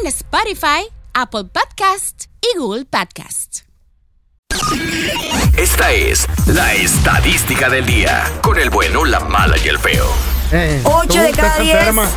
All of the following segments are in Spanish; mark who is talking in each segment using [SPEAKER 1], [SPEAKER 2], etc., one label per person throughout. [SPEAKER 1] en Spotify, Apple Podcast y Google Podcast.
[SPEAKER 2] Esta es la estadística del día. Con el bueno, la mala y el feo.
[SPEAKER 3] Eh, tú
[SPEAKER 4] 8 de cada
[SPEAKER 3] estás
[SPEAKER 4] 10
[SPEAKER 3] enferma.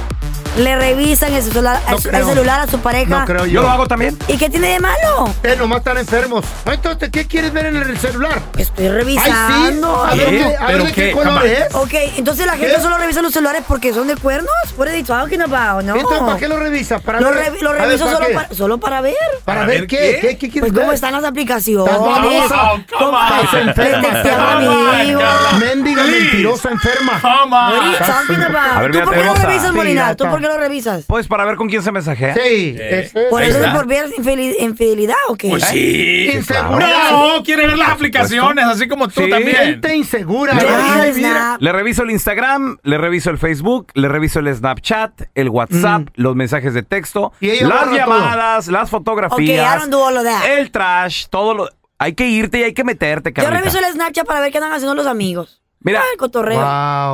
[SPEAKER 4] le revisan el celular,
[SPEAKER 3] No
[SPEAKER 4] el
[SPEAKER 3] creo.
[SPEAKER 4] celular a su pareja.
[SPEAKER 3] No creo yo.
[SPEAKER 5] Yo lo hago también.
[SPEAKER 4] ¿Y qué tiene de malo?
[SPEAKER 3] Ustedes nomás están enfermos. Entonces, ¿qué quieres ver en el celular?
[SPEAKER 4] Estoy
[SPEAKER 3] Ay, sí.
[SPEAKER 4] revisando.
[SPEAKER 3] A ver,
[SPEAKER 5] ¿Eh?
[SPEAKER 3] qué- a ver
[SPEAKER 5] ¿Pero
[SPEAKER 3] de qué
[SPEAKER 5] qué?
[SPEAKER 3] color
[SPEAKER 5] Jamás.
[SPEAKER 3] es.
[SPEAKER 4] Ok, entonces la gente
[SPEAKER 3] ¿Qué?
[SPEAKER 4] solo revisa los celulares porque son de cuernos. Por it talking about? No.
[SPEAKER 3] Entonces, ¿para qué lo revisas? Para
[SPEAKER 4] Lo,
[SPEAKER 3] ver-
[SPEAKER 4] revi- lo
[SPEAKER 3] a ver,
[SPEAKER 4] reviso
[SPEAKER 3] ¿para
[SPEAKER 4] solo,
[SPEAKER 3] qué?
[SPEAKER 4] para, solo para ver.
[SPEAKER 3] ¿Para ver qué? ¿Qué, qué quieres
[SPEAKER 4] Pues
[SPEAKER 3] ver?
[SPEAKER 4] cómo están las aplicaciones.
[SPEAKER 3] Vamos,
[SPEAKER 4] ¿Cómo están
[SPEAKER 3] Estás enferma. Mendiga
[SPEAKER 5] Please.
[SPEAKER 3] mentirosa enferma.
[SPEAKER 4] What are you
[SPEAKER 3] Estás-
[SPEAKER 4] talking about?
[SPEAKER 5] A ver,
[SPEAKER 4] ¿Tú
[SPEAKER 5] mira,
[SPEAKER 4] por qué lo
[SPEAKER 5] Teresa.
[SPEAKER 4] revisas, Molina? ¿Tú
[SPEAKER 3] Pirata.
[SPEAKER 4] por qué lo revisas?
[SPEAKER 5] Pues para ver con quién se mensajea.
[SPEAKER 3] Sí. es- es-
[SPEAKER 4] ¿Por eso es
[SPEAKER 6] está.
[SPEAKER 4] por ver infeli- infidelidad o
[SPEAKER 5] Pues
[SPEAKER 4] qué?
[SPEAKER 6] sí.
[SPEAKER 3] Insegura.
[SPEAKER 6] No, quiere ver las aplicaciones, así como tú
[SPEAKER 5] Sí.
[SPEAKER 6] también.
[SPEAKER 3] Gente insegura.
[SPEAKER 4] Ah,
[SPEAKER 3] Ay, mira.
[SPEAKER 4] snap.
[SPEAKER 5] Le reviso el Instagram, le reviso el Facebook, le reviso el Snapchat, el WhatsApp,
[SPEAKER 6] Mm.
[SPEAKER 5] los mensajes de texto,
[SPEAKER 3] Y ella
[SPEAKER 5] las
[SPEAKER 3] borra
[SPEAKER 5] llamadas, las
[SPEAKER 4] Ok, I
[SPEAKER 5] fotografías,
[SPEAKER 4] don't do all of that.
[SPEAKER 5] el trash, todo lo... Hay que irte y hay que meterte,
[SPEAKER 4] Yo
[SPEAKER 5] carnita.
[SPEAKER 4] reviso el Snapchat para ver qué andan haciendo los amigos.
[SPEAKER 5] Mira,
[SPEAKER 4] Ah, el cotorreo.
[SPEAKER 3] Wow.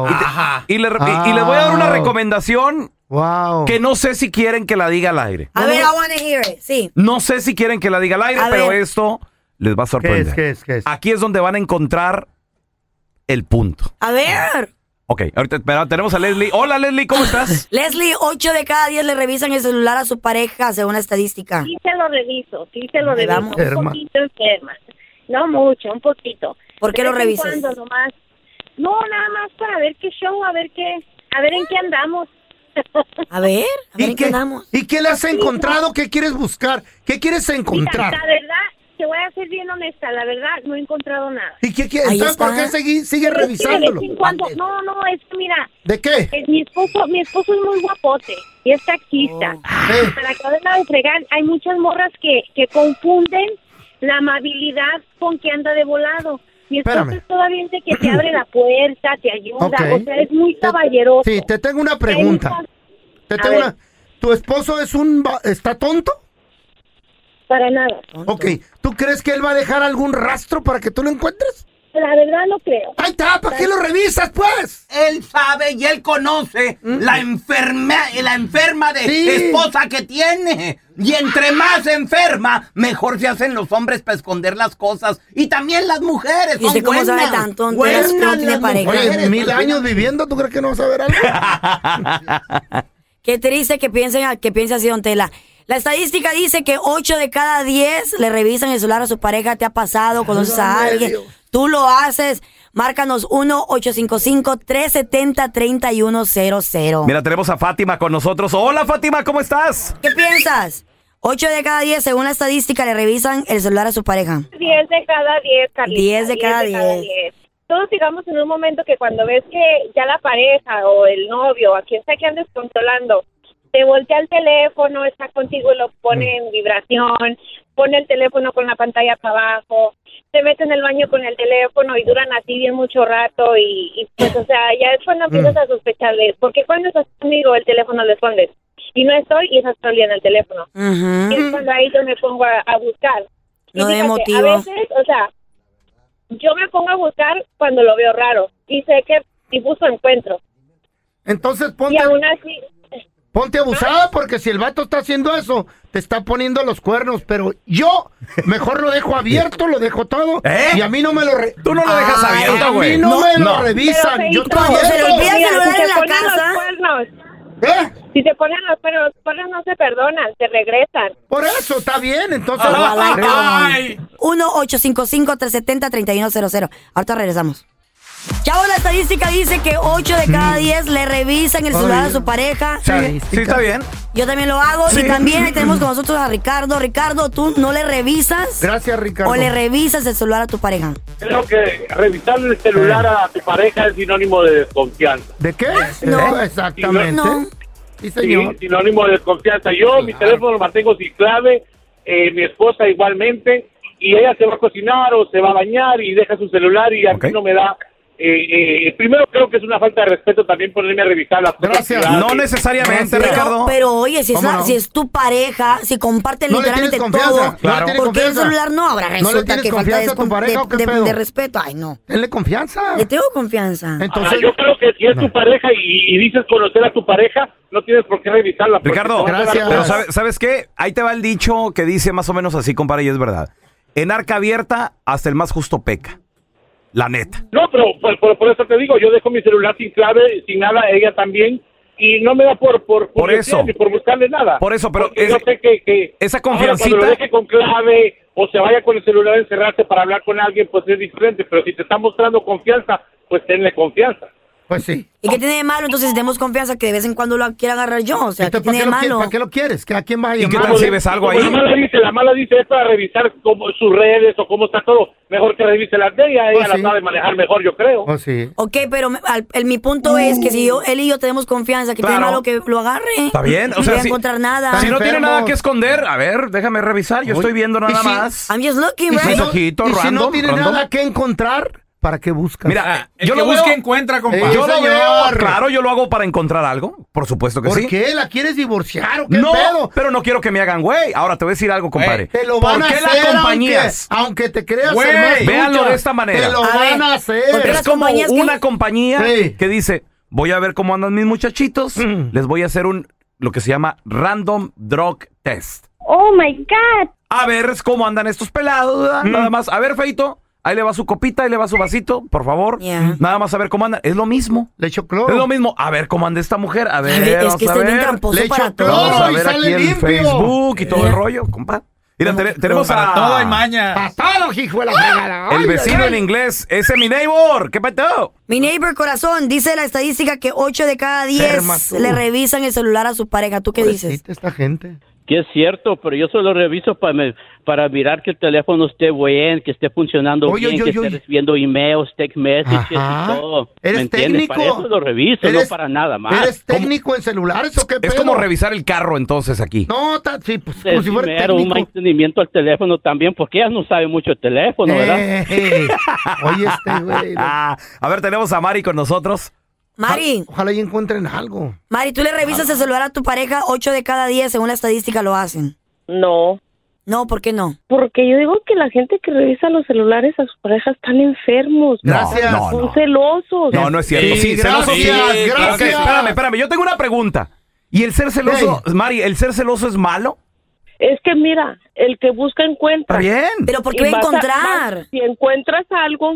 [SPEAKER 6] Ajá. Ah.
[SPEAKER 5] y le, re- y- y le voy a dar una
[SPEAKER 3] Wow.
[SPEAKER 5] recomendación
[SPEAKER 3] Wow.
[SPEAKER 5] que no sé si quieren que la diga al aire.
[SPEAKER 4] A ver, I wanna hear it. Sí.
[SPEAKER 5] No sé si quieren que la diga al aire,
[SPEAKER 4] A
[SPEAKER 5] pero
[SPEAKER 4] ver.
[SPEAKER 5] esto les va a
[SPEAKER 3] ¿Qué
[SPEAKER 5] sorprender.
[SPEAKER 3] es? ¿Qué es? ¿Qué es?
[SPEAKER 5] Aquí es donde van a encontrar el punto.
[SPEAKER 4] A ver.
[SPEAKER 5] Ok, ahorita espera, tenemos a Leslie. Hola Leslie, ¿cómo estás?
[SPEAKER 4] Leslie, 8 de cada 10 le revisan el celular a su pareja, según la estadística.
[SPEAKER 7] Sí se lo reviso, sí se lo
[SPEAKER 4] Ahí
[SPEAKER 7] reviso.
[SPEAKER 4] vamos.
[SPEAKER 7] Un
[SPEAKER 3] Enferma.
[SPEAKER 7] poquito enferma. No mucho, un poquito.
[SPEAKER 4] ¿Por qué
[SPEAKER 7] De
[SPEAKER 4] lo
[SPEAKER 7] vez en
[SPEAKER 4] revisas?
[SPEAKER 7] cuando nomás. No, nada más para ver qué show, a ver qué, a ver en qué andamos.
[SPEAKER 4] A ver, a ver en qué
[SPEAKER 3] qué,
[SPEAKER 4] andamos.
[SPEAKER 3] ¿Y qué le has encontrado? ¿Qué quieres buscar? ¿Qué quieres
[SPEAKER 7] Mira,
[SPEAKER 3] encontrar?
[SPEAKER 7] la verdad, te voy a ser bien honesta, la verdad, no he encontrado nada.
[SPEAKER 3] ¿Y qué
[SPEAKER 4] Ahí
[SPEAKER 3] quieres? Entonces, ¿por
[SPEAKER 4] está.
[SPEAKER 3] qué seguí- sigue
[SPEAKER 7] Es que de vez en
[SPEAKER 3] revisándolo?
[SPEAKER 7] cuando- no, no, es que mira,
[SPEAKER 3] ¿De qué?
[SPEAKER 7] eh, mi esposo, mi esposo es muy guapote y es taxista.
[SPEAKER 4] Oh.
[SPEAKER 3] Eh,
[SPEAKER 7] Para que la de fregar, hay muchas morras que, que confunden la amabilidad con que anda de volado. Mi esposo
[SPEAKER 3] Espérame.
[SPEAKER 7] es todavía dice que te abre la puerta, te ayuda,
[SPEAKER 3] Ok.
[SPEAKER 7] o sea, es muy
[SPEAKER 3] Te-
[SPEAKER 7] caballeroso.
[SPEAKER 3] Sí, te tengo una pregunta.
[SPEAKER 7] Él,
[SPEAKER 3] Te
[SPEAKER 7] a
[SPEAKER 3] tengo
[SPEAKER 7] ver.
[SPEAKER 3] una... ¿Tu esposo es un... va- está tonto?
[SPEAKER 7] Para nada.
[SPEAKER 3] Ok. ¿Tú crees que él va a dejar algún rastro para que tú lo encuentres?
[SPEAKER 7] La verdad no creo.
[SPEAKER 3] ¡Ahí está! ¿Para qué lo revisas, pues?
[SPEAKER 8] Él sabe y él conoce
[SPEAKER 5] Mm.
[SPEAKER 8] la enferma, la enferma de
[SPEAKER 3] Sí.
[SPEAKER 8] esposa que tiene. Y entre más enferma, mejor se hacen los hombres para esconder las cosas. Y también las mujeres.
[SPEAKER 4] ¿Y usted
[SPEAKER 8] son
[SPEAKER 4] cómo sabe
[SPEAKER 8] buenas.
[SPEAKER 4] tanto? Entonces,
[SPEAKER 8] Buenas
[SPEAKER 4] que no tiene
[SPEAKER 8] las
[SPEAKER 4] pareja.
[SPEAKER 8] mujeres,
[SPEAKER 3] Oye, mil
[SPEAKER 8] pues,
[SPEAKER 3] años viviendo, ¿tú crees que no vas a ver algo?
[SPEAKER 4] Qué triste que piensen que piense así, don Tela. La estadística dice que 8 de cada 10 le revisan el celular a su pareja. ¿Te ha pasado? ¿Conoces a alguien? Tú lo haces. Márcanos 1-855-370-3100.
[SPEAKER 5] Mira, tenemos a Fátima con nosotros. Hola Fátima, ¿cómo estás?
[SPEAKER 4] ¿Qué piensas? 8 de cada 10, según la estadística, le revisan el celular a su pareja.
[SPEAKER 7] 10 de cada 10, Carlita.
[SPEAKER 4] 10 de cada 10.
[SPEAKER 7] Todos digamos en un momento que cuando ves que ya la pareja o el novio, a quien sea que andes controlando, te voltea el teléfono, está contigo y lo pone en vibración, pone el teléfono con la pantalla para abajo, se mete en el baño con el teléfono y duran así bien mucho rato y, y pues, o sea, ya es cuando empiezas a sospechar de porque cuando estás conmigo el teléfono le escondes y no estoy y estás todo el día en el teléfono.
[SPEAKER 4] Ujú.
[SPEAKER 7] Y es cuando ahí yo me pongo a, a buscar. Y
[SPEAKER 4] No de
[SPEAKER 7] fíjate,
[SPEAKER 4] motivo.
[SPEAKER 7] A veces, o sea, yo me pongo a buscar cuando lo veo raro y sé que y busco encuentro.
[SPEAKER 3] Entonces
[SPEAKER 7] Y
[SPEAKER 3] ponte,
[SPEAKER 7] aún así,
[SPEAKER 3] ponte abusada porque si el vato está haciendo eso, te está poniendo los cuernos, pero yo mejor lo dejo abierto, lo dejo todo
[SPEAKER 5] ¿Eh?
[SPEAKER 3] y a mí no me lo... re-
[SPEAKER 5] Tú no lo dejas
[SPEAKER 4] Ay,
[SPEAKER 3] a
[SPEAKER 5] abierto,
[SPEAKER 3] mí
[SPEAKER 5] güey.
[SPEAKER 3] no, me
[SPEAKER 5] No.
[SPEAKER 3] lo revisan.
[SPEAKER 7] pero
[SPEAKER 3] yo
[SPEAKER 7] feíto,
[SPEAKER 3] estoy
[SPEAKER 4] se le
[SPEAKER 3] abierto.
[SPEAKER 4] olvida el
[SPEAKER 7] mira,
[SPEAKER 4] celular
[SPEAKER 7] si
[SPEAKER 4] en
[SPEAKER 7] te
[SPEAKER 4] la
[SPEAKER 7] ponen
[SPEAKER 4] casa.
[SPEAKER 7] los cuernos,
[SPEAKER 3] ¿Eh?
[SPEAKER 7] Si te ponen los perros, los perros no se perdonan, se regresan.
[SPEAKER 3] Por eso, está bien, entonces.
[SPEAKER 6] Ay.
[SPEAKER 4] 1-855-370-3100. Ahorita regresamos. Chavo, la estadística dice que 8 de
[SPEAKER 3] Mm.
[SPEAKER 4] cada 10 le revisan el celular a su pareja.
[SPEAKER 5] Sí, sí, está bien.
[SPEAKER 4] Yo también lo hago. Y también ahí tenemos con nosotros a Ricardo. Ricardo, ¿tú no le revisas
[SPEAKER 3] Gracias, Ricardo.
[SPEAKER 4] o le revisas el celular a tu pareja?
[SPEAKER 9] Creo que revisar el celular a tu pareja es sinónimo de desconfianza.
[SPEAKER 3] ¿De qué?
[SPEAKER 4] No.
[SPEAKER 3] Eh, Exactamente.
[SPEAKER 4] No.
[SPEAKER 3] Sí,
[SPEAKER 9] Sí,
[SPEAKER 3] señor.
[SPEAKER 9] sinónimo de desconfianza. Yo mi teléfono lo mantengo sin clave, eh, mi esposa igualmente, y ella se va a cocinar o se va a bañar y deja su celular y a
[SPEAKER 5] Ok.
[SPEAKER 9] mí no me da... eh, eh, primero creo que es una falta de respeto también ponerme a revisar las cosas.
[SPEAKER 3] Gracias.
[SPEAKER 9] que hace.
[SPEAKER 5] No necesariamente,
[SPEAKER 4] Pero,
[SPEAKER 5] Ricardo.
[SPEAKER 4] pero, oye, si es,
[SPEAKER 3] ¿Cómo
[SPEAKER 4] la-
[SPEAKER 3] no?
[SPEAKER 4] si es tu pareja, si comparten
[SPEAKER 3] No le
[SPEAKER 4] literalmente
[SPEAKER 3] tienes
[SPEAKER 4] todo,
[SPEAKER 3] confianza, no le
[SPEAKER 4] porque
[SPEAKER 3] tienes
[SPEAKER 4] el
[SPEAKER 3] confianza.
[SPEAKER 4] celular no habrá
[SPEAKER 3] No le
[SPEAKER 4] resulta
[SPEAKER 3] tienes
[SPEAKER 4] que falta
[SPEAKER 3] confianza a tu
[SPEAKER 4] descon-
[SPEAKER 3] pareja, ¿o qué
[SPEAKER 4] de, de-
[SPEAKER 3] pedo?
[SPEAKER 4] de respeto. Ay, no.
[SPEAKER 3] Tenle confianza.
[SPEAKER 4] Le tengo confianza.
[SPEAKER 3] Entonces,
[SPEAKER 9] Ah, yo creo que si es tu pareja y, y dices conocer a tu pareja, no tienes por qué revisarla. porque
[SPEAKER 5] Ricardo,
[SPEAKER 9] te vas a dar
[SPEAKER 3] gracias.
[SPEAKER 9] cuenta.
[SPEAKER 5] pero sabe- ¿sabes qué? Ahí te va el dicho que dice más o menos así, compadre, y es verdad. En arca abierta, hasta el más justo peca. La neta.
[SPEAKER 9] No, pero por, por- por eso te digo, yo dejo mi celular sin clave, sin nada, ella también, y no me da por por,
[SPEAKER 5] Por
[SPEAKER 9] curiosidad
[SPEAKER 5] eso.
[SPEAKER 9] ni por buscarle nada.
[SPEAKER 5] Por eso, pero
[SPEAKER 9] Porque
[SPEAKER 5] es-
[SPEAKER 9] yo sé que, que
[SPEAKER 5] esa
[SPEAKER 9] ahora
[SPEAKER 5] confiancita-
[SPEAKER 9] cuando lo deje con clave o se vaya con el celular a encerrarse para hablar con alguien, pues es diferente. Pero si te está mostrando confianza, pues tenle confianza.
[SPEAKER 3] pues sí.
[SPEAKER 4] ¿Y qué tiene de malo? Entonces, si tenemos confianza que de vez en cuando lo quiera agarrar yo. O sea, ¿qué
[SPEAKER 3] Entonces, ¿para, qué
[SPEAKER 4] tiene de
[SPEAKER 3] lo quieres,
[SPEAKER 4] malo?
[SPEAKER 3] ¿Para qué lo quieres? ¿A quién vas a
[SPEAKER 5] ¿Y qué
[SPEAKER 3] llamar?
[SPEAKER 5] tal si ves algo
[SPEAKER 9] Como
[SPEAKER 5] ahí?
[SPEAKER 9] La mala dice, la mala dice es para revisar cómo, sus redes o cómo está todo. Mejor que revise las de ella,
[SPEAKER 6] Oh,
[SPEAKER 9] ella
[SPEAKER 3] Pues
[SPEAKER 9] la
[SPEAKER 3] sí.
[SPEAKER 9] sabe manejar mejor, yo creo.
[SPEAKER 3] Oh, sí.
[SPEAKER 4] Ok, pero me- al- el- mi punto es que si
[SPEAKER 3] Uh.
[SPEAKER 4] yo, él y yo tenemos confianza, que tiene de
[SPEAKER 5] Claro.
[SPEAKER 4] malo que lo agarre.
[SPEAKER 5] Está bien, o
[SPEAKER 4] no
[SPEAKER 5] sea,
[SPEAKER 4] voy a
[SPEAKER 5] si-
[SPEAKER 4] encontrar nada.
[SPEAKER 3] Ah.
[SPEAKER 5] Si no tiene
[SPEAKER 3] enfermos.
[SPEAKER 5] nada que esconder, a ver, déjame revisar. Yo
[SPEAKER 3] Uy.
[SPEAKER 5] estoy viendo nada
[SPEAKER 3] ¿Y si-
[SPEAKER 5] más.
[SPEAKER 4] I'm just looking,
[SPEAKER 3] ¿Y si
[SPEAKER 4] right?
[SPEAKER 3] no,
[SPEAKER 5] Ojito,
[SPEAKER 3] y si no
[SPEAKER 5] random,
[SPEAKER 3] tiene
[SPEAKER 5] random.
[SPEAKER 3] nada que encontrar, ¿para qué buscas?
[SPEAKER 5] Mira, eh,
[SPEAKER 6] El
[SPEAKER 5] yo
[SPEAKER 6] que
[SPEAKER 5] lo
[SPEAKER 6] busca
[SPEAKER 5] veo-
[SPEAKER 6] encuentra,
[SPEAKER 3] Eh,
[SPEAKER 6] compadre.
[SPEAKER 5] Yo lo veo,
[SPEAKER 3] señor.
[SPEAKER 5] claro, yo lo hago para encontrar algo. Por supuesto que
[SPEAKER 3] ¿por
[SPEAKER 5] sí.
[SPEAKER 3] qué? ¿La quieres divorciar o qué
[SPEAKER 5] No,
[SPEAKER 3] pedo? Eh,
[SPEAKER 5] pero no quiero que me hagan güey. Ahora te voy a decir algo, compadre.
[SPEAKER 3] Te lo
[SPEAKER 5] ¿Por
[SPEAKER 3] van a
[SPEAKER 5] qué
[SPEAKER 3] hacer
[SPEAKER 5] las compañías?
[SPEAKER 3] Aunque, aunque te creas
[SPEAKER 6] Güey,
[SPEAKER 3] el más
[SPEAKER 5] véanlo
[SPEAKER 3] trucha,
[SPEAKER 5] de esta manera.
[SPEAKER 3] Te lo
[SPEAKER 4] A ver,
[SPEAKER 3] van a
[SPEAKER 4] ¿por qué
[SPEAKER 3] hacer.
[SPEAKER 4] las
[SPEAKER 5] Es como
[SPEAKER 4] compañías qué?
[SPEAKER 5] una compañía
[SPEAKER 3] Sí.
[SPEAKER 5] que dice, voy a ver cómo andan mis muchachitos,
[SPEAKER 4] Mm.
[SPEAKER 5] les voy a hacer un, lo que se llama Random Drug Test.
[SPEAKER 7] Oh my God.
[SPEAKER 5] A ver es cómo andan estos pelados, ¿verdad?
[SPEAKER 4] Mm.
[SPEAKER 5] nada más. A ver, Feito, ahí le va su copita, ahí le va su vasito, por favor.
[SPEAKER 4] Yeah.
[SPEAKER 5] Nada más a ver cómo andan. Es lo mismo.
[SPEAKER 3] Le echo cloro.
[SPEAKER 5] Es lo mismo. A ver cómo anda esta mujer. A ver,
[SPEAKER 4] A ver, es
[SPEAKER 5] vamos
[SPEAKER 4] que
[SPEAKER 5] a
[SPEAKER 4] está bien
[SPEAKER 5] ver.
[SPEAKER 4] tramposo
[SPEAKER 3] le
[SPEAKER 4] para
[SPEAKER 3] echo
[SPEAKER 4] todo.
[SPEAKER 3] cloro.
[SPEAKER 5] Vamos a
[SPEAKER 3] y
[SPEAKER 5] ver
[SPEAKER 3] sale
[SPEAKER 5] aquí el
[SPEAKER 3] limpio.
[SPEAKER 5] Facebook y todo el
[SPEAKER 4] Mira.
[SPEAKER 5] rollo, compa. Mira,
[SPEAKER 4] Vamos,
[SPEAKER 5] te- tenemos
[SPEAKER 6] Para
[SPEAKER 5] a...
[SPEAKER 6] todo hay maña.
[SPEAKER 3] Patados, hijo de la fregada. Ay,
[SPEAKER 5] ¡Ah! El vecino
[SPEAKER 3] ay,
[SPEAKER 5] en
[SPEAKER 3] ay.
[SPEAKER 5] inglés. Ese es mi neighbor. ¿Qué pasó?
[SPEAKER 4] Mi neighbor corazón dice la estadística que 8 de cada 10
[SPEAKER 3] Permas, uh.
[SPEAKER 4] le revisan el celular a su pareja. ¿Tú qué dices?
[SPEAKER 3] Pobrecita Pues, esta gente.
[SPEAKER 9] Que es cierto, pero yo solo reviso para, para mirar que el teléfono esté bien, que esté funcionando
[SPEAKER 3] Oye, bien, oye, que esté oye.
[SPEAKER 9] recibiendo emails, text messages
[SPEAKER 3] Ajá. ¿Eres técnico? ¿Eres- ¿Eres técnico en celulares o qué
[SPEAKER 5] Es
[SPEAKER 3] pedo?
[SPEAKER 5] como revisar el carro entonces aquí.
[SPEAKER 3] No, ta- sí, pues como
[SPEAKER 9] Es
[SPEAKER 3] si fuera
[SPEAKER 9] primero un
[SPEAKER 3] técnico.
[SPEAKER 9] mantenimiento al teléfono también, porque ellas no saben mucho el teléfono, ¿verdad?
[SPEAKER 3] Eh, oye, este güey. no-
[SPEAKER 5] Ah, a ver, tenemos a Mari con nosotros.
[SPEAKER 4] Mari,
[SPEAKER 3] Ojalá y encuentren algo.
[SPEAKER 4] Mari, tú le revisas el celular a tu pareja 8 de cada 10 según la estadística lo hacen.
[SPEAKER 7] No,
[SPEAKER 4] No, ¿por qué no?
[SPEAKER 7] porque yo digo que la gente que revisa los celulares a sus parejas están enfermos.
[SPEAKER 5] No,
[SPEAKER 3] Gracias.
[SPEAKER 5] No,
[SPEAKER 7] Son
[SPEAKER 5] no,
[SPEAKER 7] celosos.
[SPEAKER 5] no, no es cierto.
[SPEAKER 3] Sí,
[SPEAKER 5] Sí, celoso, sí.
[SPEAKER 3] gracias,
[SPEAKER 5] Ok,
[SPEAKER 3] gracias.
[SPEAKER 5] espérame, espérame. Yo tengo una pregunta. ¿Y el ser celoso, Mari, el ser celoso es malo?
[SPEAKER 7] Es que mira, el que busca
[SPEAKER 5] Está
[SPEAKER 7] encuentra.
[SPEAKER 5] bien.
[SPEAKER 4] Pero ¿por
[SPEAKER 7] Y
[SPEAKER 4] qué va a
[SPEAKER 7] vas
[SPEAKER 4] encontrar?
[SPEAKER 7] vas- si encuentras algo,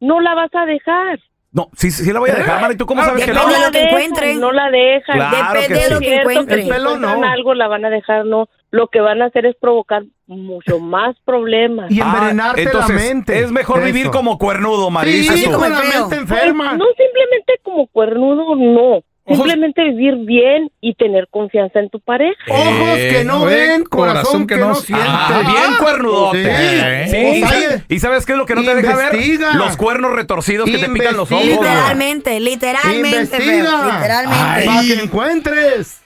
[SPEAKER 7] no la vas a dejar.
[SPEAKER 5] No, sí, sí la voy a dejar, Mari. ¿Tú cómo sabes que no?
[SPEAKER 4] Depende de
[SPEAKER 7] la
[SPEAKER 4] lo que
[SPEAKER 7] dejan,
[SPEAKER 4] encuentren.
[SPEAKER 7] No la dejan.
[SPEAKER 5] Claro
[SPEAKER 4] Depende
[SPEAKER 5] que
[SPEAKER 4] de lo
[SPEAKER 5] sí.
[SPEAKER 4] que encuentre.
[SPEAKER 7] Si
[SPEAKER 3] El pelo
[SPEAKER 7] encuentran
[SPEAKER 3] no.
[SPEAKER 7] algo, la van a dejar, no. Lo que van a hacer es provocar mucho más problemas.
[SPEAKER 3] Y
[SPEAKER 5] Ah,
[SPEAKER 3] envenenarte la
[SPEAKER 5] entonces,
[SPEAKER 3] mente.
[SPEAKER 5] Es mejor vivir
[SPEAKER 3] Eso.
[SPEAKER 5] como cuernudo, Mari.
[SPEAKER 3] Sí,
[SPEAKER 5] dices
[SPEAKER 3] sí,
[SPEAKER 5] tú.
[SPEAKER 3] con la
[SPEAKER 4] Feo.
[SPEAKER 3] mente enferma.
[SPEAKER 7] No simplemente como cuernudo, no. Simplemente vivir bien y tener confianza en tu pareja.
[SPEAKER 3] Ojos que no
[SPEAKER 6] Eh,
[SPEAKER 3] ven, corazón, que no, siente.
[SPEAKER 5] Ah, bien cuernudote.
[SPEAKER 3] Sí,
[SPEAKER 5] Sí,
[SPEAKER 3] o
[SPEAKER 5] ¿y
[SPEAKER 3] sea,
[SPEAKER 5] sabes- ¿Y sabes qué es lo que no te deja
[SPEAKER 3] Investiga.
[SPEAKER 5] ver? Los cuernos retorcidos que te pican los ojos.
[SPEAKER 3] Investiga.
[SPEAKER 5] güey.
[SPEAKER 4] Literalmente, literalmente.
[SPEAKER 3] Investiga.
[SPEAKER 4] Feo, literalmente.
[SPEAKER 3] Para que encuentres.